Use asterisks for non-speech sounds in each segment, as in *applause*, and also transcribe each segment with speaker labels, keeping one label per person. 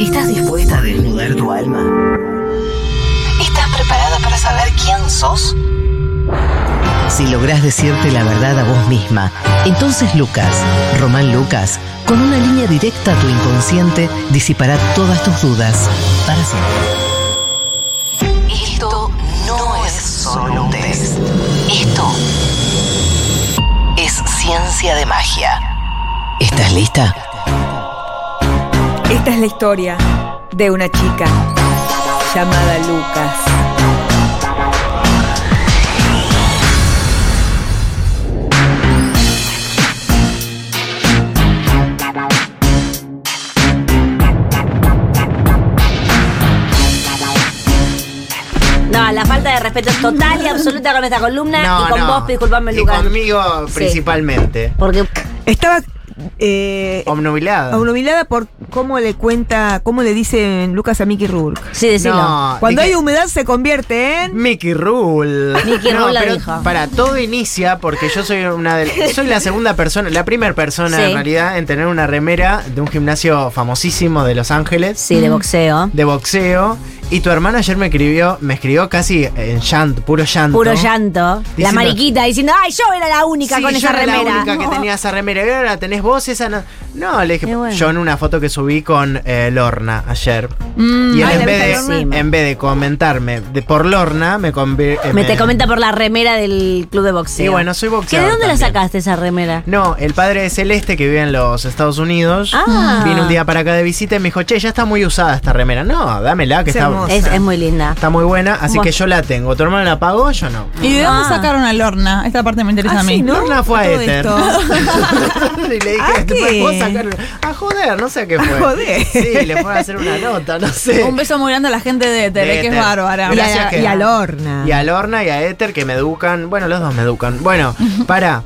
Speaker 1: ¿Estás dispuesta a desnudar tu alma?
Speaker 2: ¿Estás preparada para saber quién sos?
Speaker 1: Si lográs decirte la verdad a vos misma, entonces Lucas, Román Lucas, con una línea directa a tu inconsciente, disipará todas tus dudas para siempre.
Speaker 2: Esto no es solo un test. Esto es ciencia de magia.
Speaker 1: ¿Estás lista?
Speaker 3: Esta es la historia de una chica llamada Lucas.
Speaker 4: No, la falta de respeto es total y absoluta con esta columna y con vos, disculpame,
Speaker 5: Y
Speaker 4: Lucas.
Speaker 5: conmigo
Speaker 4: Sí.
Speaker 5: principalmente.
Speaker 4: Porque
Speaker 3: Estaba eh,
Speaker 5: Omnubilada.
Speaker 3: obnubilada por cómo le cuenta, cómo le dicen Lucas a Mickey Rourke.
Speaker 4: sí, decilo.
Speaker 5: No.
Speaker 3: Cuando
Speaker 5: es
Speaker 3: hay
Speaker 5: que-
Speaker 3: humedad se convierte en...
Speaker 5: Mickey Rule.
Speaker 4: Mickey
Speaker 5: no,
Speaker 4: Rool la
Speaker 5: pero
Speaker 4: dijo.
Speaker 5: Para todo inicia porque yo soy una de, soy la segunda persona, la primera persona
Speaker 4: Sí.
Speaker 5: en realidad en tener una remera de un gimnasio famosísimo de Los Ángeles Mm.
Speaker 4: Sí, de boxeo.
Speaker 5: de boxeo y tu hermana ayer me escribió, me escribió casi en llanto, puro llanto.
Speaker 4: Puro llanto. la
Speaker 5: Diciendo-
Speaker 4: mariquita diciendo, ay, yo era la única
Speaker 5: Sí,
Speaker 4: con
Speaker 5: yo
Speaker 4: esa
Speaker 5: era
Speaker 4: remera.
Speaker 5: La única que tenía esa remera. Y ahora tenés vos esa. No, No, le dije.
Speaker 4: Y bueno.
Speaker 5: Yo en una foto que subí con eh, Lorna ayer.
Speaker 4: *laughs* Mm,
Speaker 5: y él
Speaker 3: ay,
Speaker 5: en,
Speaker 3: la
Speaker 5: vez
Speaker 3: vista
Speaker 5: de,
Speaker 3: de
Speaker 4: Lorna.
Speaker 5: en vez de comentarme de- por Lorna, me, convi- eh,
Speaker 4: me te comenta por la remera del club de boxeo.
Speaker 5: Y bueno, soy
Speaker 4: ¿Que
Speaker 5: boxeador.
Speaker 4: ¿De dónde la
Speaker 5: también.
Speaker 4: sacaste esa remera?
Speaker 5: No, el padre de Celeste que vive en los Estados Unidos
Speaker 4: Ah.
Speaker 5: vino un día para acá de visita y me dijo, che, ya está muy usada esta remera. No, dámela, que
Speaker 3: Es
Speaker 5: está,
Speaker 3: hermosa.
Speaker 4: Es, es muy linda.
Speaker 5: está muy buena, así
Speaker 4: Bueno.
Speaker 5: que yo la tengo. ¿Tu hermano la pagó? Yo no.
Speaker 6: ¿Y de dónde
Speaker 4: Ah.
Speaker 6: sacaron a Lorna? Esta parte me interesa
Speaker 3: Ah,
Speaker 6: a mí.
Speaker 3: sí, ¿no?
Speaker 5: Lorna fue a
Speaker 3: Todo
Speaker 5: Ether. *laughs* y le dije,
Speaker 3: ¿A qué?
Speaker 5: ¿puedo sacar? A joder, no sé a qué fue.
Speaker 3: A joder.
Speaker 5: Sí, le fue a hacer una nota, no sé.
Speaker 6: Un beso muy grande a la gente de TV,
Speaker 5: De
Speaker 6: que es
Speaker 5: Ether.
Speaker 6: bárbara.
Speaker 3: Y
Speaker 5: Gracias.
Speaker 3: a,
Speaker 5: que-
Speaker 3: y a Lorna.
Speaker 5: Y a Lorna y a Ether que me educan. Bueno, los dos me educan.
Speaker 3: *laughs*
Speaker 5: Bueno, para.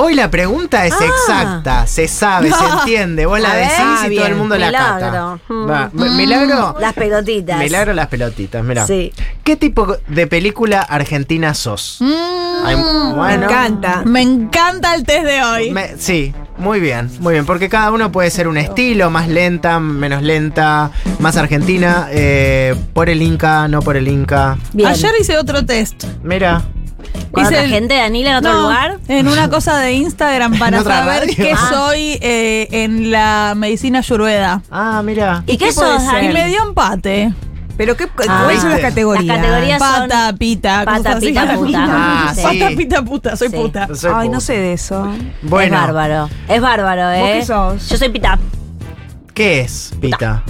Speaker 5: Hoy la pregunta es exacta, se
Speaker 3: *laughs*
Speaker 5: sabe, se entiende. Vos la
Speaker 3: Ah. A ver.
Speaker 5: decís
Speaker 3: Ah,
Speaker 5: y todo
Speaker 3: bien. Mm.
Speaker 5: el mundo
Speaker 4: Milagro.
Speaker 5: la cata. Va, m- Milagro.
Speaker 4: Las pelotitas.
Speaker 5: Milagro las pelotitas, mirá.
Speaker 4: Sí.
Speaker 5: ¿Qué tipo de película argentina sos?
Speaker 6: Mm,
Speaker 5: Ay,
Speaker 3: Me
Speaker 5: bueno.
Speaker 3: encanta.
Speaker 6: me encanta el test de hoy.
Speaker 5: Me- sí, muy bien, muy bien, porque cada uno puede ser un estilo, más lenta, menos lenta, más argentina, eh, por el Inca, no por el Inca.
Speaker 4: Bien.
Speaker 6: Ayer hice otro test.
Speaker 5: Mira,
Speaker 4: ¿Con
Speaker 6: hice
Speaker 4: otra
Speaker 6: el-
Speaker 4: gente, Danila, en otro
Speaker 6: No,
Speaker 4: lugar?
Speaker 6: En una cosa
Speaker 4: *laughs*
Speaker 6: de Instagram para
Speaker 5: ¿En otra
Speaker 6: saber
Speaker 5: radio?
Speaker 6: qué
Speaker 5: Ah.
Speaker 6: soy eh, en la medicina ayurveda.
Speaker 5: ah, mira.
Speaker 4: ¿Y qué
Speaker 3: puede
Speaker 4: sos,
Speaker 3: ser?
Speaker 6: Y
Speaker 4: Dani?
Speaker 6: me dio empate.
Speaker 3: Pero qué,
Speaker 4: Ah,
Speaker 3: ¿cuáles son las
Speaker 5: viste.
Speaker 3: categorías?
Speaker 4: Las categorías son-
Speaker 6: Pata, pita, cosas
Speaker 4: Pata,
Speaker 6: así.
Speaker 4: pita,
Speaker 6: *laughs*
Speaker 4: puta.
Speaker 5: Ah,
Speaker 4: Sí.
Speaker 5: sí.
Speaker 6: Pata, pita, puta. Soy
Speaker 4: Sí.
Speaker 6: puta.
Speaker 5: Soy
Speaker 3: Ay,
Speaker 5: puto.
Speaker 3: no sé de
Speaker 5: *laughs*
Speaker 3: eso.
Speaker 5: Bueno,
Speaker 4: Es bárbaro. Es bárbaro, ¿eh?
Speaker 3: qué sos?
Speaker 4: Yo soy Pita.
Speaker 5: ¿qué es pita?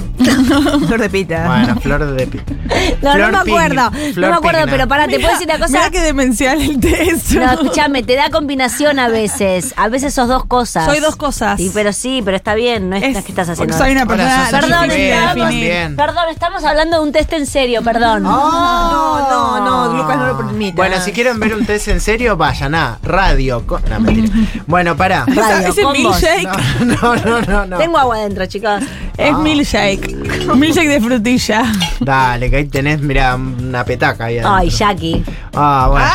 Speaker 3: Flor de pita.
Speaker 5: Bueno, flor
Speaker 4: *laughs*
Speaker 5: de pita.
Speaker 4: No,
Speaker 5: Flor
Speaker 4: no me
Speaker 5: pig-
Speaker 4: acuerdo. no
Speaker 5: flor
Speaker 4: me acuerdo,
Speaker 5: pigna.
Speaker 4: pero pará, te puedo decir una cosa.
Speaker 6: Mira *laughs* qué demencial el test.
Speaker 4: No, escúchame, te da combinación a veces. A veces sos dos cosas.
Speaker 6: Soy dos cosas.
Speaker 4: Sí, pero sí, pero está bien, no es, no es que estás haciendo.
Speaker 6: Soy una
Speaker 5: Ahora
Speaker 6: persona.
Speaker 5: sos
Speaker 4: Perdón,
Speaker 5: Bien,
Speaker 4: estamos,
Speaker 5: bien.
Speaker 4: perdón, estamos hablando de un test en serio, perdón.
Speaker 3: No, no, no, Lucas no lo permite.
Speaker 5: Ah. Bueno, si quieren ver un test en serio, vayan a radio. co-
Speaker 4: *laughs*
Speaker 5: No, mentira. Bueno, pará.
Speaker 4: Radio,
Speaker 6: Ese
Speaker 4: con vos.
Speaker 5: *laughs*
Speaker 6: milkshake
Speaker 5: No, no, no, no.
Speaker 4: Tengo agua adentro, chicos.
Speaker 6: es milkshake. milkshake de frutilla.
Speaker 5: Dale, que ahí tenés, mira, una petaca ahí adentro.
Speaker 4: Ay, Jackie.
Speaker 5: Ah, bueno.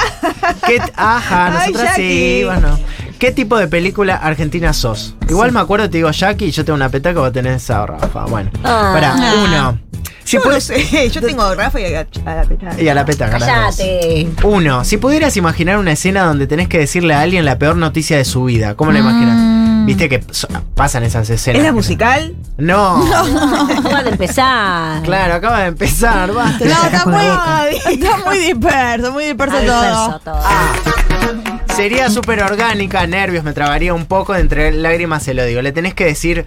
Speaker 5: ¿Qué t- ajá,
Speaker 3: Ay,
Speaker 5: nosotras sí,
Speaker 3: Jackie.
Speaker 5: bueno. ¿Qué tipo de película argentina sos? Igual me acuerdo, te digo Jackie, yo tengo una petaca, vos tenés a Rafa. Bueno,
Speaker 4: Ah.
Speaker 5: pará, uno. Si
Speaker 3: Yo no
Speaker 5: puedes
Speaker 3: sé, *laughs* yo tengo a Rafa y a, a la pita.
Speaker 5: Y a la petaca. las
Speaker 4: Cállate.
Speaker 5: dos. Uno, si pudieras imaginar una escena donde tenés que decirle a alguien la peor noticia de su vida, ¿cómo la imaginas? Viste que so- pasan esas
Speaker 3: Mm.
Speaker 5: escenas.
Speaker 3: ¿Es la
Speaker 5: que-
Speaker 3: musical? *laughs*
Speaker 5: No.
Speaker 4: Acaba de empezar.
Speaker 5: Claro, acaba de empezar,
Speaker 3: *laughs*
Speaker 5: basta.
Speaker 6: No,
Speaker 3: sacas
Speaker 6: está
Speaker 3: con la
Speaker 6: muy, *laughs* está muy disperso, muy disperso
Speaker 4: Al verso
Speaker 6: todo.
Speaker 4: todo.
Speaker 5: Eh,
Speaker 4: Ah,
Speaker 5: Sería súper orgánica, nervios, me trabaría un poco, entre lágrimas se lo digo. Le tenés que decir,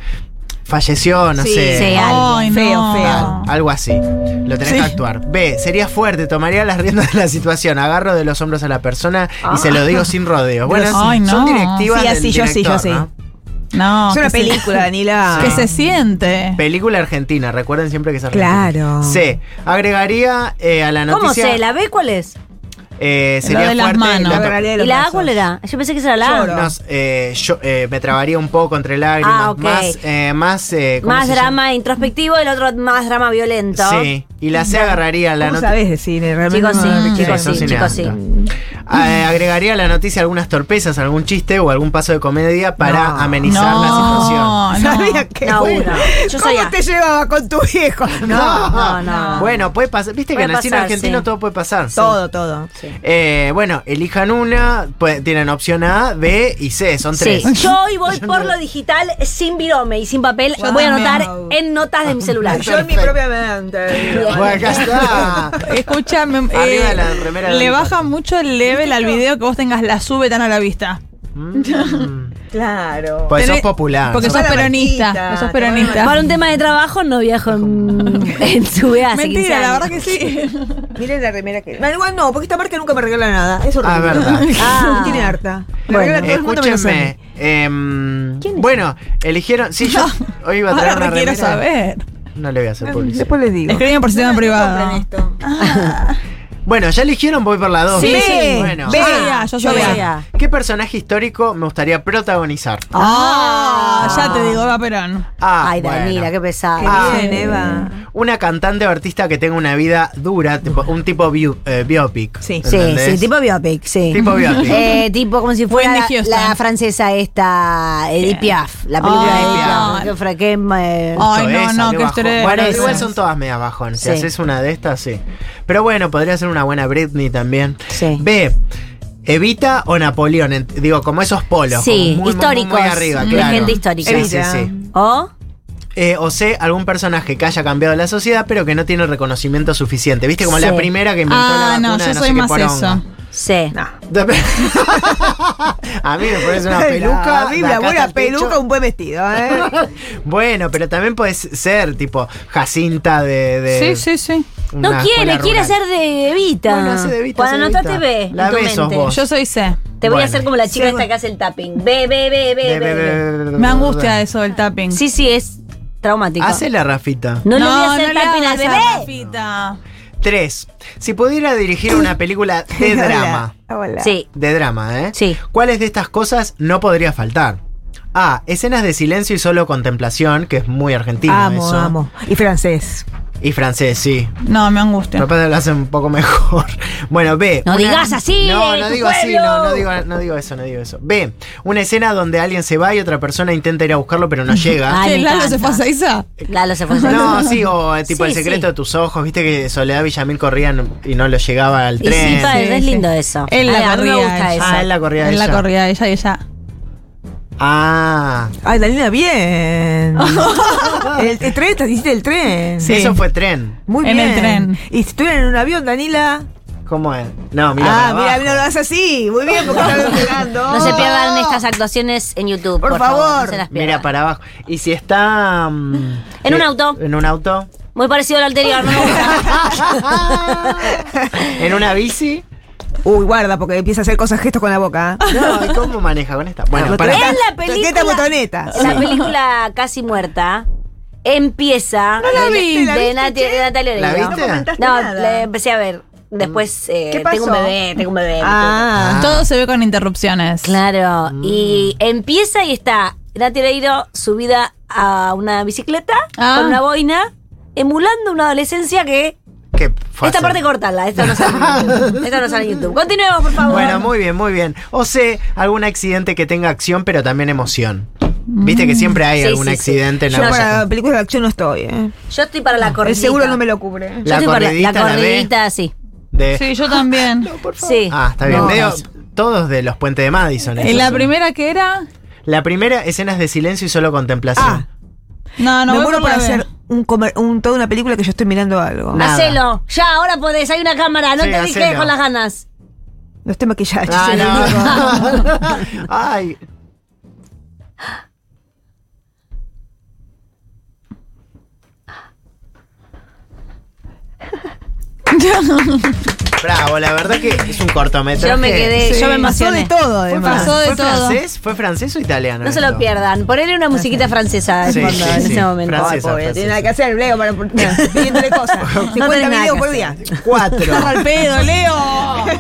Speaker 5: falleció, no
Speaker 3: Sí,
Speaker 5: sé.
Speaker 4: sí,
Speaker 6: Ay,
Speaker 3: Feo,
Speaker 6: no.
Speaker 3: feo.
Speaker 5: Algo así. Lo tenés
Speaker 6: Sí.
Speaker 5: que actuar. B. Sería fuerte. Tomaría las riendas de la situación. Agarro de los hombros a la persona y se lo digo
Speaker 3: *laughs*
Speaker 5: sin rodeos. Bueno,
Speaker 6: Dios. Ay,
Speaker 5: son
Speaker 6: no.
Speaker 5: directivas.
Speaker 3: Ah. Sí,
Speaker 5: del
Speaker 3: así, yo así, yo
Speaker 5: director,
Speaker 3: así.
Speaker 5: ¿no?
Speaker 6: No,
Speaker 3: es una
Speaker 6: que se-
Speaker 3: película,
Speaker 5: *laughs*
Speaker 7: Ah.
Speaker 3: Danila.
Speaker 6: que se siente.
Speaker 5: Película argentina. Recuerden siempre que es argentina.
Speaker 3: Claro.
Speaker 5: C. Agregaría eh, a la
Speaker 4: ¿Cómo
Speaker 5: noticia.
Speaker 4: sé? ¿La B cuál es?
Speaker 5: eh, sería
Speaker 6: Lo de las
Speaker 5: fuerte.
Speaker 6: manos.
Speaker 5: la-
Speaker 3: La verdad de
Speaker 4: ¿Y
Speaker 3: los
Speaker 4: la A
Speaker 3: brazos.
Speaker 4: cuál era? Yo pensé que esa era la A.
Speaker 3: Lloro.
Speaker 5: Nos, eh, yo, eh, me trabaría un poco entre lágrimas.
Speaker 4: Ah, ok.
Speaker 5: Más, eh, más, eh, ¿cómo
Speaker 4: Más
Speaker 5: se llama?
Speaker 4: drama introspectivo, el otro más drama violento.
Speaker 5: Sí. Y la C agarraría la
Speaker 3: ¿Cómo
Speaker 5: nota.
Speaker 3: sabés de cine? Realmente
Speaker 4: Chicos, sí,
Speaker 3: no-
Speaker 5: Sí,
Speaker 4: chicos,
Speaker 5: sos
Speaker 4: sí, chicos, sí.
Speaker 5: cineasta. eh, agregaría a la noticia algunas torpezas, algún chiste o algún paso de comedia para
Speaker 7: No.
Speaker 5: amenizar la situación.
Speaker 6: No,
Speaker 7: Sabía que.
Speaker 4: No,
Speaker 7: bueno,
Speaker 4: uno. Yo
Speaker 7: ¿Cómo
Speaker 4: sabía.
Speaker 7: te llevaba con tu viejo?
Speaker 5: No,
Speaker 4: No,
Speaker 5: *laughs*
Speaker 4: no.
Speaker 5: Bueno, puede pasar. Viste
Speaker 4: Puede
Speaker 5: que en el cine
Speaker 4: pasar,
Speaker 5: argentino
Speaker 4: sí.
Speaker 5: todo puede pasar.
Speaker 7: Todo, todo.
Speaker 5: Eh, bueno, elijan una, pues, tienen opción A, B y C, son
Speaker 4: Sí,
Speaker 5: tres.
Speaker 6: *laughs*
Speaker 4: yo hoy voy por lo digital sin virome y sin papel.
Speaker 6: Yo
Speaker 4: voy a
Speaker 6: también.
Speaker 4: anotar en notas de mi
Speaker 6: *laughs*
Speaker 4: celular.
Speaker 7: Yo en mi propia mente.
Speaker 5: Bueno, acá está.
Speaker 6: *laughs*
Speaker 5: *laughs*
Speaker 6: Escúchame,
Speaker 5: Arriba
Speaker 6: eh,
Speaker 5: de la remera de
Speaker 6: le
Speaker 5: la
Speaker 6: baja mucho el level al video que vos tengas la sube tan a la vista.
Speaker 7: Claro.
Speaker 5: Pues sos
Speaker 6: Tenés-
Speaker 5: popular.
Speaker 6: Porque
Speaker 5: sos-
Speaker 6: sos
Speaker 7: Te pone
Speaker 6: peronista.
Speaker 7: marquita,
Speaker 6: Vos sos
Speaker 7: te pone
Speaker 4: Para
Speaker 6: peronista.
Speaker 4: un tema de trabajo no viajo en, *laughs* en su vida hace 15
Speaker 6: Mentira, la
Speaker 4: años.
Speaker 6: verdad que sí.
Speaker 5: *laughs*
Speaker 7: Miren la remera que. No, igual no, porque esta marca nunca me regala nada. Es horrible.
Speaker 5: Ah,
Speaker 7: *laughs*
Speaker 5: verdad.
Speaker 4: Ah.
Speaker 7: Me tiene harta. Me
Speaker 6: Bueno,
Speaker 7: regala todo el mundo menos a
Speaker 5: Escúchenme.
Speaker 7: mí.
Speaker 5: em, bueno, eligieron. Sí, yo hoy iba a traer
Speaker 6: Ahora
Speaker 5: una
Speaker 6: te quiero
Speaker 5: remera.
Speaker 6: saber.
Speaker 5: No le voy a hacer publicidad.
Speaker 7: Después les digo.
Speaker 6: Escriben por sistema privado.
Speaker 5: Bueno, ya eligieron, voy por la dos.
Speaker 6: Sí,
Speaker 5: Bueno. ah,
Speaker 6: Yo sabía, yo
Speaker 4: Yo
Speaker 6: sabía.
Speaker 4: veía.
Speaker 5: ¿Qué personaje histórico me gustaría protagonizar?
Speaker 6: Ah, ya te digo, va Perón.
Speaker 5: Ah,
Speaker 4: Ay,
Speaker 5: bueno.
Speaker 4: Danila, qué pesada.
Speaker 5: Ah.
Speaker 7: Bien, Eva.
Speaker 5: Una cantante o artista que tenga una vida dura, tipo, un tipo bio- eh, biopic.
Speaker 6: Sí.
Speaker 4: Sí,
Speaker 5: ¿entendés?
Speaker 4: sí, tipo biopic, sí.
Speaker 5: Tipo biopic.
Speaker 4: Eh, tipo como si fuera
Speaker 6: Whitney Houston.
Speaker 4: la francesa esta, Edith Piaf, la película
Speaker 6: Ay, Ah.
Speaker 4: de Edith Piaf.
Speaker 6: no.
Speaker 4: Que fra- que, eh,
Speaker 6: Ay,
Speaker 5: Todo
Speaker 6: no,
Speaker 5: eso,
Speaker 6: no,
Speaker 5: qué
Speaker 6: qué
Speaker 5: bajón.
Speaker 6: estrés.
Speaker 5: Bueno,
Speaker 4: Por eso.
Speaker 5: igual son todas media bajón. Si
Speaker 4: Sí.
Speaker 5: haces una de estas, sí. Pero bueno, podría ser una buena Britney también.
Speaker 4: Sí.
Speaker 5: B. Evita o Napoleón. Ent- Digo, como esos polos.
Speaker 4: Sí,
Speaker 5: como muy, muy,
Speaker 4: históricos,
Speaker 5: Muy, arriba,
Speaker 4: de
Speaker 5: claro.
Speaker 4: gente histórica.
Speaker 5: Sí, sí,
Speaker 7: Evita.
Speaker 5: sí.
Speaker 4: ¿O?
Speaker 5: Eh, o C. Algún personaje que haya cambiado la sociedad, pero que no tiene el reconocimiento suficiente. ¿Viste? Como
Speaker 4: Sí.
Speaker 5: la primera que inventó la
Speaker 6: Ah,
Speaker 5: vacuna
Speaker 6: no,
Speaker 5: de
Speaker 6: yo
Speaker 5: no sé
Speaker 6: soy
Speaker 5: qué
Speaker 6: más
Speaker 5: poronga.
Speaker 6: eso.
Speaker 4: Sí.
Speaker 5: *laughs* A mí me pones una
Speaker 7: Ay,
Speaker 5: peluca.
Speaker 7: la
Speaker 5: de
Speaker 7: Biblia,
Speaker 5: acá hasta
Speaker 7: buena
Speaker 5: el techo.
Speaker 7: peluca, un buen vestido, ¿eh?
Speaker 5: Bueno, pero también puedes ser tipo Jacinta de. de
Speaker 6: Sí, sí, sí.
Speaker 4: No
Speaker 5: una
Speaker 4: quiere,
Speaker 5: escuela
Speaker 4: quiere
Speaker 5: rural.
Speaker 4: ser de Evita.
Speaker 5: Bueno, hace de Evita,
Speaker 4: Cuando
Speaker 5: hace de
Speaker 4: anotaste
Speaker 5: Evita.
Speaker 4: B. en
Speaker 5: La
Speaker 4: tu
Speaker 5: B sos
Speaker 4: mente.
Speaker 5: vos.
Speaker 6: Yo soy C.
Speaker 4: Te voy a
Speaker 5: Bueno.
Speaker 4: hacer como la chica esta que hace el tapping. B, B, B, B, B.
Speaker 5: Ve, ve,
Speaker 4: B.
Speaker 5: ve, ve, ve,
Speaker 6: Me
Speaker 5: ve,
Speaker 6: angustia
Speaker 5: ve.
Speaker 6: eso del tapping.
Speaker 4: Sí, sí, es traumático.
Speaker 5: Hace la Rafita.
Speaker 4: No, le voy a hacer tapping al
Speaker 6: hagas a
Speaker 4: bebé.
Speaker 6: Rafita.
Speaker 5: 3. Si pudiera dirigir una película de drama.
Speaker 7: *laughs* Hola. Hola.
Speaker 4: Sí.
Speaker 5: De drama, ¿eh?
Speaker 4: Sí.
Speaker 5: ¿Cuáles de estas cosas no podría faltar? A. Escenas de silencio y solo contemplación, que es muy argentino
Speaker 7: Amo,
Speaker 5: eso.
Speaker 7: amo. Y francés.
Speaker 5: Y francés, sí.
Speaker 6: No, me angustia.
Speaker 5: Papá lo hace un poco mejor. *laughs* Bueno, B.
Speaker 4: No digas así,
Speaker 5: No,
Speaker 4: de
Speaker 5: no
Speaker 4: tu
Speaker 5: digo así,
Speaker 4: pueblo.
Speaker 5: no, no digo, no digo eso, no digo eso. B. Una escena donde alguien se va y otra persona intenta ir a buscarlo, pero
Speaker 4: *laughs*
Speaker 5: no llega.
Speaker 4: Ay,
Speaker 6: ¿Qué,
Speaker 4: Ah, me
Speaker 6: Lalo
Speaker 4: encanta.
Speaker 6: se fue a Seiza?
Speaker 4: Lalo se fue.
Speaker 5: *laughs*
Speaker 4: *laughs*
Speaker 5: No, sí, o eh, tipo
Speaker 4: Sí,
Speaker 5: el secreto
Speaker 4: sí.
Speaker 5: de tus ojos, viste que Soledad Villamil corrían y no lo llegaba al
Speaker 4: Y sí,
Speaker 5: tren.
Speaker 4: pa- es
Speaker 6: sí.
Speaker 4: lindo eso.
Speaker 6: Él la
Speaker 4: Ay, a mí me
Speaker 6: corría,
Speaker 4: gusta
Speaker 6: él.
Speaker 4: eso.
Speaker 5: ah, él la corría
Speaker 6: En
Speaker 5: ella.
Speaker 6: la corrida ella y ella.
Speaker 5: Ah,
Speaker 7: Ay, Dalina,
Speaker 6: *laughs*
Speaker 7: bien. el, el tren, te hiciste el tren.
Speaker 6: Sí.
Speaker 5: eso fue tren.
Speaker 7: Muy
Speaker 6: En
Speaker 7: bien.
Speaker 6: el tren.
Speaker 7: Y si estuvieran en un avión, Danila.
Speaker 5: ¿Cómo es? No, mira.
Speaker 7: ah,
Speaker 5: para
Speaker 7: mira,
Speaker 5: abajo.
Speaker 7: mira,
Speaker 5: *laughs*
Speaker 7: lo haces así. Muy bien, porque están pegando.
Speaker 4: No se pierdan estas actuaciones en YouTube. Por,
Speaker 7: Por
Speaker 4: favor.
Speaker 7: favor.
Speaker 4: No se las
Speaker 5: Mira
Speaker 4: pierdan.
Speaker 5: para abajo. Y si está. mm,
Speaker 4: En un
Speaker 5: eh,
Speaker 4: auto.
Speaker 5: En
Speaker 4: *laughs*
Speaker 5: un auto. *laughs*
Speaker 4: Muy parecido al anterior. No me gusta.
Speaker 5: en una bici.
Speaker 7: Uy, guarda, porque empieza a hacer cosas, gestos con la boca. ¿eh?
Speaker 5: No, ¿y cómo maneja con esta? Bueno, para.
Speaker 4: botonera. En la película-
Speaker 7: Botoneta, botoneta.
Speaker 4: la película Casi Muerta empieza.
Speaker 6: No la
Speaker 4: de-
Speaker 6: vi,
Speaker 4: De,
Speaker 6: la
Speaker 7: viste,
Speaker 4: Nati-
Speaker 7: che.
Speaker 4: de Natalia
Speaker 5: ¿La
Speaker 4: Oreiro.
Speaker 5: viste? No comentaste
Speaker 4: No,
Speaker 7: nada.
Speaker 4: la empecé a ver. Después eh,
Speaker 7: ¿Qué
Speaker 4: tengo un
Speaker 7: pasó?
Speaker 4: bebé, tengo un bebé.
Speaker 7: Ah.
Speaker 6: Todo se ve con interrupciones.
Speaker 4: Claro. Y
Speaker 5: Mm.
Speaker 4: empieza y está Nati Oreiro subida a una bicicleta
Speaker 6: Ah.
Speaker 4: con una boina, emulando una adolescencia que.
Speaker 5: ¿Qué fue
Speaker 4: Esta
Speaker 5: hacer?
Speaker 4: parte cortarla, esta no sale en YouTube. Esta no sale en YouTube. Continuemos, por favor.
Speaker 5: Bueno, muy bien, muy bien. O sé, algún accidente que tenga acción, pero también emoción. Viste que siempre hay
Speaker 4: Sí,
Speaker 5: algún
Speaker 4: sí, sí.
Speaker 5: accidente en
Speaker 4: Yo
Speaker 7: Yo
Speaker 5: algún-
Speaker 7: para películas de acción no estoy, ¿eh?
Speaker 4: Yo estoy para la corridita.
Speaker 7: El seguro no me lo cubre.
Speaker 4: Yo
Speaker 5: La
Speaker 4: estoy para la,
Speaker 5: corridita, la ve.
Speaker 4: corridita, sí.
Speaker 5: de-
Speaker 6: Sí, yo también.
Speaker 4: Sí.
Speaker 5: Ah, está bien.
Speaker 4: No,
Speaker 5: Medio-
Speaker 4: eso.
Speaker 5: todos de los puentes de Madison.
Speaker 6: ¿En
Speaker 5: esos
Speaker 6: la
Speaker 5: son.
Speaker 6: primera que era?
Speaker 5: La primera, escenas de silencio y solo contemplación.
Speaker 7: Ah,
Speaker 6: No, no,
Speaker 7: me
Speaker 6: voy
Speaker 7: muero
Speaker 6: por
Speaker 7: para
Speaker 6: la B.
Speaker 7: hacer un, comer- un- toda una película que yo estoy mirando algo.
Speaker 5: Nah. nada.
Speaker 4: Hacelo. Ya, ahora podés. Hay una cámara. No
Speaker 5: Sí,
Speaker 4: te dije
Speaker 5: hacelo.
Speaker 4: con las ganas.
Speaker 7: No estoy maquillada. *laughs*
Speaker 5: Ah,
Speaker 7: yo
Speaker 6: *laughs*
Speaker 7: soy el único.
Speaker 5: no. Ay. Bravo, la verdad que es un cortometraje.
Speaker 4: Yo me quedé.
Speaker 7: Sí,
Speaker 4: yo me
Speaker 7: pasó
Speaker 4: emocioné.
Speaker 7: de todo,
Speaker 5: ¿Fue,
Speaker 7: además.
Speaker 6: Pasó de
Speaker 5: ¿fue
Speaker 6: todo.
Speaker 5: francés? ¿Fue francés o italiano?
Speaker 4: No se lo
Speaker 5: esto?
Speaker 4: pierdan. Ponele una musiquita francesa de
Speaker 5: Sí,
Speaker 4: fondo
Speaker 5: sí,
Speaker 4: en
Speaker 5: sí.
Speaker 4: ese momento.
Speaker 5: Francesa,
Speaker 7: Ay, pobre, no tiene nada
Speaker 5: francesa.
Speaker 7: que hacer, Leo, para
Speaker 5: *laughs*
Speaker 7: pidiéndole cosas. 50
Speaker 4: tenés nada
Speaker 7: videos
Speaker 4: que
Speaker 7: por
Speaker 4: hacer.
Speaker 7: día.
Speaker 4: *laughs*
Speaker 5: Cuatro.
Speaker 6: Al pedo, Leo.
Speaker 5: Ay,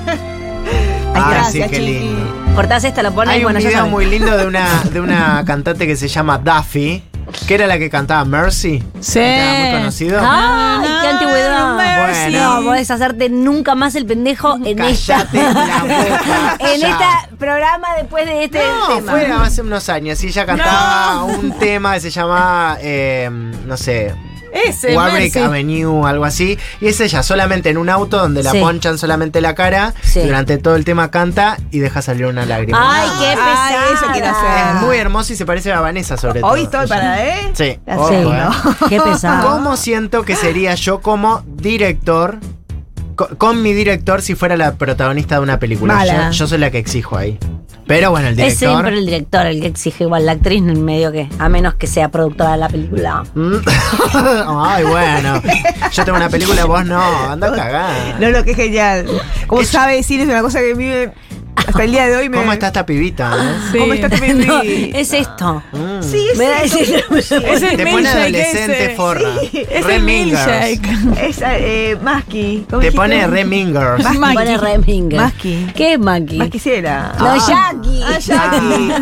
Speaker 5: Ah, sí,
Speaker 7: gracias,
Speaker 5: qué
Speaker 7: chiqui.
Speaker 5: lindo.
Speaker 4: Cortás esta, lo pones
Speaker 5: Hay
Speaker 4: y
Speaker 5: un
Speaker 4: bueno, ya
Speaker 5: video
Speaker 4: saben.
Speaker 5: muy lindo de una, de una cantante que se llama Duffy, que era la que cantaba Mercy.
Speaker 6: Sí.
Speaker 5: Era muy conocido.
Speaker 4: Ah, ¡Ay, qué
Speaker 6: Ay,
Speaker 4: antigüedad!
Speaker 6: Mercy.
Speaker 4: No podés hacerte nunca más el pendejo en ella.
Speaker 5: Cállate la boca,
Speaker 4: *laughs* en
Speaker 5: ya.
Speaker 4: este programa después de este
Speaker 5: No,
Speaker 4: tema.
Speaker 5: fue hace unos años. Y ella cantaba un tema que se llamaba, eh, no sé,
Speaker 6: Ese,
Speaker 5: Warwick
Speaker 6: Mercy.
Speaker 5: Avenue, algo así. Y es ella solamente en un auto donde la
Speaker 4: Sí.
Speaker 5: ponchan solamente la cara.
Speaker 4: Sí.
Speaker 5: Durante todo el tema canta y deja salir una lágrima.
Speaker 4: ¡Ay, qué pesada!
Speaker 7: Ay, eso quiero hacer.
Speaker 5: Es muy hermosa y se parece a Vanessa, sobre todo.
Speaker 7: Hoy estoy para, ¿eh?
Speaker 5: Sí.
Speaker 7: La
Speaker 5: ojo,
Speaker 7: serie,
Speaker 5: eh.
Speaker 4: ¡Qué pesado!
Speaker 5: ¿Cómo siento que sería yo como director? co- Con, mi director si fuera la protagonista de una película.
Speaker 7: Mala.
Speaker 5: Yo, yo soy la que exijo ahí. Pero bueno, el
Speaker 4: Es
Speaker 5: director.
Speaker 4: siempre el director el que exige igual la actriz en medio que, a menos que sea productora de la película.
Speaker 5: Mm. *laughs* Ay, bueno. Yo tengo una película, vos no. Anda a cagar.
Speaker 7: No, no, que genial. Como sabe decir, es una cosa que vive hasta el día de hoy me.
Speaker 5: ¿Cómo está eh, esta pibita? eh?
Speaker 6: Sí.
Speaker 7: ¿Cómo está tu
Speaker 4: Mm.
Speaker 5: *laughs*
Speaker 4: No,
Speaker 7: bebé?
Speaker 4: es esto.
Speaker 5: Mm.
Speaker 7: Sí, es,
Speaker 4: Me da *laughs* ese-
Speaker 6: Ese es
Speaker 5: Te pone
Speaker 6: milkshake
Speaker 5: adolescente,
Speaker 6: ese.
Speaker 5: forra.
Speaker 6: Es
Speaker 5: Re
Speaker 6: el
Speaker 5: mean girls.
Speaker 6: milkshake.
Speaker 7: es eh, Masqui. ¿Cómo
Speaker 5: Te
Speaker 7: dijiste?
Speaker 5: pone re mingers.
Speaker 4: Me Pone Reminger.
Speaker 7: Maki.
Speaker 4: ¿Qué es Maki?
Speaker 7: Más quisiera.
Speaker 4: No, Jackie.
Speaker 7: Ah, Jackie.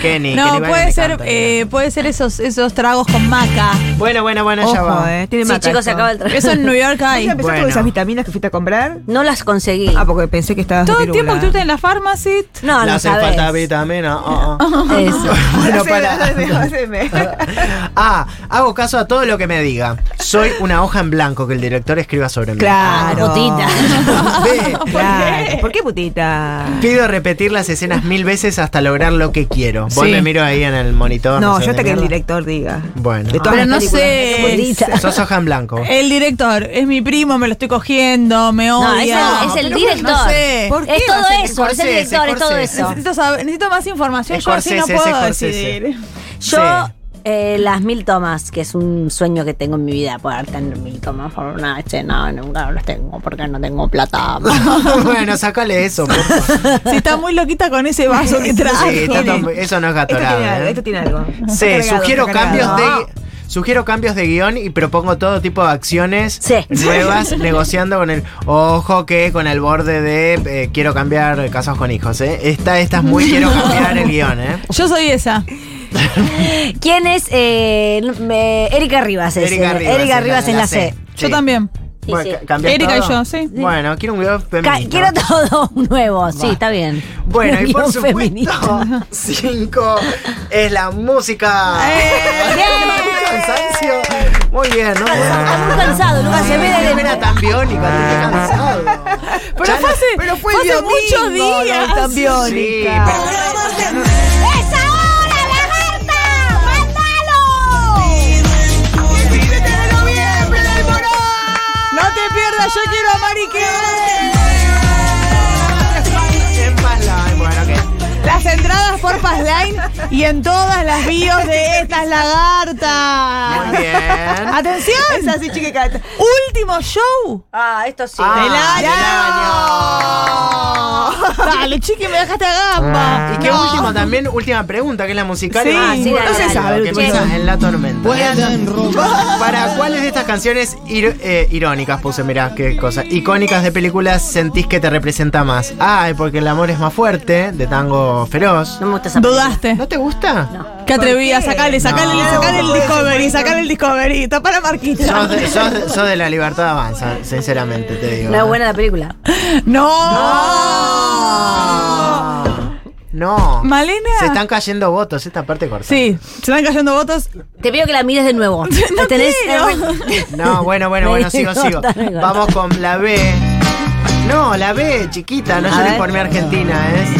Speaker 5: Kenny.
Speaker 6: No,
Speaker 5: Kenny Barney
Speaker 6: puede
Speaker 5: me
Speaker 6: ser,
Speaker 5: encanta.
Speaker 6: eh, puede ser esos, esos tragos con maca.
Speaker 5: Bueno, bueno, bueno, ya
Speaker 7: Ojo,
Speaker 5: va.
Speaker 7: eh. Tiene
Speaker 4: Sí,
Speaker 7: maca
Speaker 4: chicos, se
Speaker 7: esto.
Speaker 4: acaba el trabajo.
Speaker 6: Eso en New York hay.
Speaker 7: ¿Ya empezaste
Speaker 5: Bueno.
Speaker 7: con esas vitaminas que fuiste a comprar?
Speaker 4: No las conseguí.
Speaker 7: Ah, porque pensé que estabas.
Speaker 6: Todo el tiempo que
Speaker 7: *laughs*
Speaker 6: estuviste
Speaker 7: usted
Speaker 6: en la pharmacy.
Speaker 4: No,
Speaker 7: Ah,
Speaker 5: Le
Speaker 4: no
Speaker 5: hace falta
Speaker 4: sabes.
Speaker 5: vitamina. oh,
Speaker 7: *laughs*
Speaker 5: oh.
Speaker 4: *laughs* Eso.
Speaker 5: *laughs* Bueno, para. *laughs* Ah, hago caso a todo lo que me diga. Soy una hoja en blanco que el director escriba sobre mí.
Speaker 4: Ah,
Speaker 7: Claro.
Speaker 4: Putita.
Speaker 5: *laughs* Ve,
Speaker 7: Claro. ¿Por qué putita?
Speaker 5: Pido repetir las escenas mil veces hasta lograr lo que quiero. Vos
Speaker 6: Sí.
Speaker 5: me miro ahí en el monitor.
Speaker 7: No, yo
Speaker 5: sé dónde
Speaker 7: hasta que el
Speaker 5: mierda.
Speaker 7: director diga.
Speaker 5: Bueno.
Speaker 7: De Eh, todas
Speaker 6: Pero no
Speaker 7: las películas.
Speaker 6: sé.
Speaker 4: Putita.
Speaker 5: *laughs* Sos hoja en blanco.
Speaker 6: El director, es mi primo, me lo estoy cogiendo, me
Speaker 4: No, es el,
Speaker 6: odia.
Speaker 4: es el
Speaker 6: Pero
Speaker 4: director.
Speaker 6: No sé.
Speaker 7: ¿Por qué
Speaker 4: es
Speaker 7: va a
Speaker 4: todo
Speaker 7: ser
Speaker 4: eso, es el
Speaker 5: Scorsese,
Speaker 4: director, es todo
Speaker 5: Scorsese?
Speaker 4: eso.
Speaker 6: Necesito, saber- necesito más información, yo así no
Speaker 5: Scorsese,
Speaker 6: puedo
Speaker 5: Scorsese.
Speaker 6: decidir. *laughs*
Speaker 4: Yo,
Speaker 5: Sí. *laughs*
Speaker 4: eh, las mil tomas, que es un sueño que tengo en mi vida, poder tener mil tomas por una noche, no, nunca las tengo porque no tengo *laughs* plata.
Speaker 5: bueno, sacale eso. por
Speaker 7: *laughs*
Speaker 5: favor.
Speaker 6: Si está muy loquita con ese vaso que
Speaker 5: Sí,
Speaker 6: trae.
Speaker 5: está todo- eso no es
Speaker 7: Esto tiene
Speaker 5: gatorado.
Speaker 7: algo.
Speaker 5: ¿eh?
Speaker 7: Esto tiene algo.
Speaker 5: Sí,
Speaker 7: Está cargado,
Speaker 5: sugiero
Speaker 7: está cargado.
Speaker 5: cambios de. Sugiero cambios de guión y propongo todo tipo de acciones
Speaker 4: Sí. *laughs*
Speaker 5: nuevas, negociando con el ojo que con el borde de eh, quiero cambiar casos con hijos. ¿eh? Esta, esta es muy quiero cambiar el guión. ¿eh?
Speaker 6: Yo soy esa.
Speaker 4: ¿Quién es? Eh, me- Erika Rivas. Es, eh, Erika Rivas es la C.
Speaker 5: Sí.
Speaker 6: Yo también.
Speaker 5: Bueno,
Speaker 4: Sí,
Speaker 5: ca-
Speaker 4: sí.
Speaker 5: ¿cambias
Speaker 6: Erika y
Speaker 5: todo?
Speaker 6: yo, sí.
Speaker 5: Bueno, quiero un guión
Speaker 4: Ca-
Speaker 5: femenino.
Speaker 4: Quiero todo *laughs* nuevo, sí, está bien. *laughs*
Speaker 5: Bueno, y por
Speaker 4: Guión *laughs*
Speaker 5: supuesto,
Speaker 4: feminista.
Speaker 5: *laughs* cinco es la música.
Speaker 4: ¡Eh!
Speaker 5: ¡Qué *laughs* cansancio! Muy bien, ¿no?
Speaker 4: Está muy cansado, Lucas, Ah, se ve de-
Speaker 5: Qué vena tan biónica, estoy cansado.
Speaker 6: Pero
Speaker 5: Ya
Speaker 6: fue hace,
Speaker 7: pero fue el
Speaker 6: fue hace
Speaker 7: domingo,
Speaker 6: muchos
Speaker 7: no,
Speaker 6: días.
Speaker 7: está
Speaker 5: no- Sí, pero-
Speaker 2: ¡Es ahora, lagarta! ¡Mátalo! de noviembre del
Speaker 6: No te pierdas, yo quiero a Mari Kay.
Speaker 5: En paz la- bueno, ok.
Speaker 6: Las entradas por Passline y en todas las bios de estas lagartas.
Speaker 5: Muy bien.
Speaker 6: ¡Atención!
Speaker 7: Es así, chica. que canta.
Speaker 6: ¡Último show!
Speaker 4: Ah, esto sí.
Speaker 5: Ah,
Speaker 6: ¡Del año!
Speaker 5: del año.
Speaker 6: Dale, Ah, chiqui, me dejaste a gamba.
Speaker 5: Y qué
Speaker 6: No.
Speaker 5: último también, última pregunta, que es la musical.
Speaker 6: Sí.
Speaker 5: Ah,
Speaker 4: Sí, dale,
Speaker 5: no se
Speaker 4: dale.
Speaker 5: sabe, que
Speaker 4: Che,
Speaker 5: empieza en la tormenta. ¿Para cuáles de estas canciones ir- eh, irónicas puse? Mirá, qué cosa. Icónicas de películas sentís que te representa más. Ay, porque el amor es más fuerte, de tango feroz.
Speaker 4: No me gusta esa
Speaker 6: Dudaste.
Speaker 5: ¿No te gusta?
Speaker 6: ¿Qué atrevía? Sacale, sacale,
Speaker 5: No.
Speaker 6: sacale el Discovery, sacale el Discovery. Está para Marquita.
Speaker 5: Sos de, sos de- sos de la libertad avanza, sinceramente te digo. ¿eh?
Speaker 4: No es buena la película.
Speaker 6: ¡No!
Speaker 5: No.
Speaker 6: Malena.
Speaker 5: Se están cayendo votos, esta parte corta.
Speaker 6: Sí, se van cayendo votos.
Speaker 4: Te pido que la mires de nuevo. La tenés- Ah,
Speaker 5: No, bueno, bueno, bueno,
Speaker 4: Me
Speaker 5: sigo, sigo.
Speaker 4: corta, me corta.
Speaker 5: Vamos con la B. No, la B, chiquita, no llores
Speaker 4: ver.
Speaker 5: por mi Argentina, ¿eh?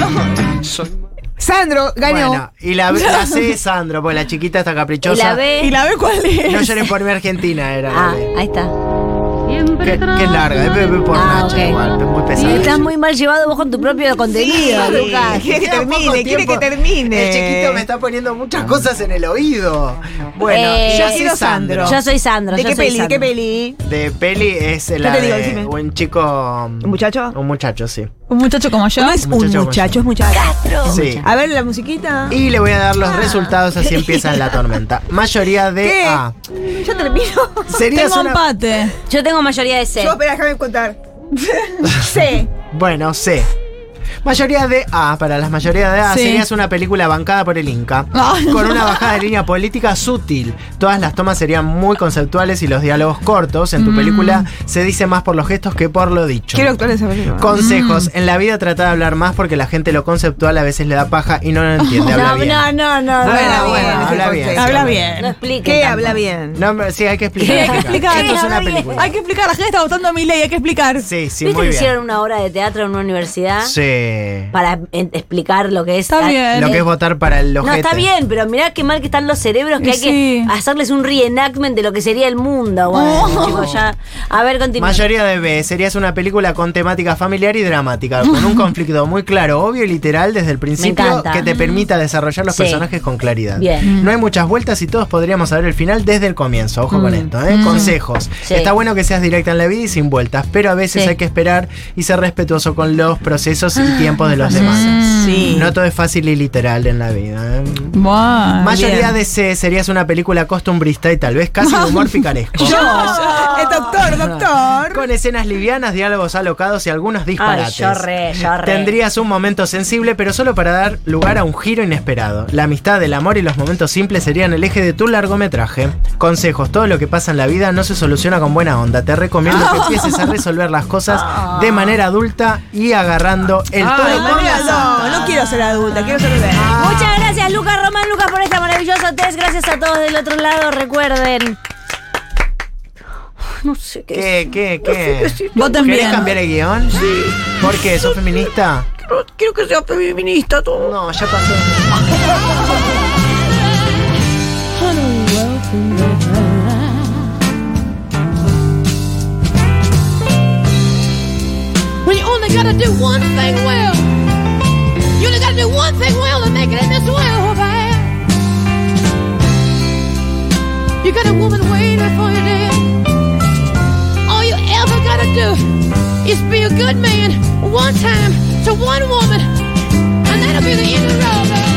Speaker 7: Sandro ganó.
Speaker 5: *laughs* Bueno, y la, B- la C es Sandro, pues la chiquita está
Speaker 4: Y
Speaker 5: caprichosa.
Speaker 4: la
Speaker 6: ¿Y
Speaker 4: ve.
Speaker 6: la B cuál
Speaker 5: No
Speaker 6: es?
Speaker 5: llores por mi Argentina, era. la
Speaker 4: Ah,
Speaker 5: B.
Speaker 4: ahí está.
Speaker 5: Qué, qué larga, es bebé por
Speaker 4: Ah,
Speaker 5: Nacha
Speaker 4: ok.
Speaker 5: igual, es muy pesada.
Speaker 4: Estás muy mal llevado vos con tu propio contenido, Lucas.
Speaker 7: Quiere que
Speaker 5: Queda poco
Speaker 7: termine, quiere
Speaker 5: tiempo.
Speaker 7: que termine.
Speaker 5: El chiquito me está poniendo muchas cosas en el oído. Bueno,
Speaker 4: Eh,
Speaker 5: yo
Speaker 4: yo
Speaker 5: soy
Speaker 7: quiero
Speaker 5: Sandro.
Speaker 7: Sandro.
Speaker 4: Yo soy Sandro.
Speaker 7: ¿De
Speaker 4: yo
Speaker 7: qué
Speaker 4: soy
Speaker 7: peli? ¿De qué
Speaker 4: Sandro.
Speaker 7: peli?
Speaker 5: De peli es la
Speaker 7: te digo,
Speaker 5: de
Speaker 7: decime.
Speaker 5: un chico. ¿Un
Speaker 7: muchacho?
Speaker 5: Un muchacho, sí.
Speaker 6: Un muchacho como yo.
Speaker 7: No es un
Speaker 5: Muchacho,
Speaker 7: muchacho, es muchacho.
Speaker 5: sí.
Speaker 7: A ver la musiquita.
Speaker 5: Y le voy a dar los
Speaker 7: *laughs*
Speaker 5: resultados, así empieza la tormenta. Mayoría de
Speaker 7: Ah. ¿Qué?
Speaker 5: A.
Speaker 7: Yo termino.
Speaker 5: Serías
Speaker 6: Tengo
Speaker 5: una-
Speaker 6: empate.
Speaker 4: Yo tengo mayoría de C.
Speaker 7: Yo, espera, déjame contar. sí.
Speaker 5: Bueno, C. Mayoría de A, para las mayoría de A,
Speaker 6: Sí.
Speaker 5: serías una película bancada por el Inca,
Speaker 6: Ay,
Speaker 5: con una bajada de línea política sutil. Todas las tomas serían muy conceptuales y los diálogos cortos. En tu película se dice más por los gestos que por lo dicho.
Speaker 7: Quiero actuar esa película.
Speaker 5: Consejos. En la vida trata de hablar más porque la gente lo conceptual a veces le da paja y no lo entiende.
Speaker 4: *laughs*
Speaker 5: Habla
Speaker 4: No,
Speaker 5: bien.
Speaker 4: no, no, no.
Speaker 7: Habla
Speaker 4: no.
Speaker 7: bien,
Speaker 5: Ah, habla bien.
Speaker 7: ese
Speaker 6: Habla
Speaker 7: consejo.
Speaker 6: bien.
Speaker 4: No explique.
Speaker 7: ¿Qué
Speaker 4: tampoco.
Speaker 7: habla bien?
Speaker 5: No, pero sí, hay que explicar.
Speaker 6: Sí, hay que explicar.
Speaker 5: Esto es una
Speaker 4: Habla bien.
Speaker 5: película.
Speaker 6: Hay que explicar, la gente está votando a mi ley, hay que explicar.
Speaker 5: Sí, sí,
Speaker 4: ¿Viste
Speaker 5: muy
Speaker 4: que
Speaker 5: bien.
Speaker 4: hicieron una obra de teatro en una universidad?
Speaker 5: Sí.
Speaker 4: Para en- explicar lo que es.
Speaker 6: Está bien.
Speaker 5: Lo que es votar para el
Speaker 4: No,
Speaker 5: ojete.
Speaker 4: está bien, pero mirá qué mal que están los cerebros que
Speaker 6: Y
Speaker 4: hay
Speaker 6: sí.
Speaker 4: que hacerles un reenactment de lo que sería el mundo. Bueno, chicos, ya. A ver, continúa.
Speaker 5: Mayoría de B, serías una película con temática familiar y dramática,
Speaker 4: *laughs*
Speaker 5: con un conflicto muy claro, obvio y literal desde el principio
Speaker 4: encanta.
Speaker 5: que te permita desarrollar los
Speaker 4: Sí.
Speaker 5: personajes con claridad.
Speaker 4: Bien.
Speaker 5: No hay muchas vueltas y todos podríamos saber el final desde el comienzo, ojo con esto, ¿eh? Consejos.
Speaker 4: Mm. Sí.
Speaker 5: Está bueno que seas directa en la vida y sin vueltas, pero a veces
Speaker 4: Sí. Ah,
Speaker 5: hay que esperar y ser respetuoso con los procesos y tiempos de los demás.
Speaker 6: Mm.
Speaker 7: Sí.
Speaker 5: No todo es fácil y literal en la vida.
Speaker 4: Ah,
Speaker 5: ¿eh?
Speaker 6: Bueno.
Speaker 5: Mayoría
Speaker 7: bien.
Speaker 5: de C serías una película costumbrista y tal
Speaker 4: *laughs*
Speaker 5: vez casi de humor picaresco.
Speaker 7: Eh, doctor, doctor.
Speaker 5: Con escenas livianas, diálogos alocados y algunos
Speaker 4: Ay,
Speaker 5: disparates.
Speaker 4: yo re, yo re.
Speaker 5: Tendrías un momento sensible, pero solo para dar lugar a un giro inesperado. La amistad, el amor y los momentos simples serían el eje de tu largometraje. Consejos: todo lo que pasa en la vida no se soluciona con buena onda. Te recomiendo que empieces a resolver las cosas de manera adulta y agarrando el
Speaker 7: Ay,
Speaker 5: toro por
Speaker 7: María,
Speaker 5: las
Speaker 7: Ah, no,
Speaker 5: astas.
Speaker 7: no quiero ser adulta, quiero ser bebé.
Speaker 5: Ah.
Speaker 4: Muchas gracias, Lucas Román, Lucas, por este maravilloso test. Gracias a todos del otro lado. Recuerden. No sé qué.
Speaker 5: ¿Qué, qué, qué?
Speaker 6: Voten
Speaker 5: ¿Querés
Speaker 6: bien.
Speaker 5: cambiar el guión? Sí. ¿Por qué? ¿Sos feminista?
Speaker 7: Quiero que sea feminista todo.
Speaker 5: No, ya pasó.
Speaker 8: When you only gotta do one thing well, you only gotta do one thing well to make it in this world, babe. You got a woman waiting for you there. All you ever gotta do is be a good man one time to one woman, and that'll be the end of the road, babe.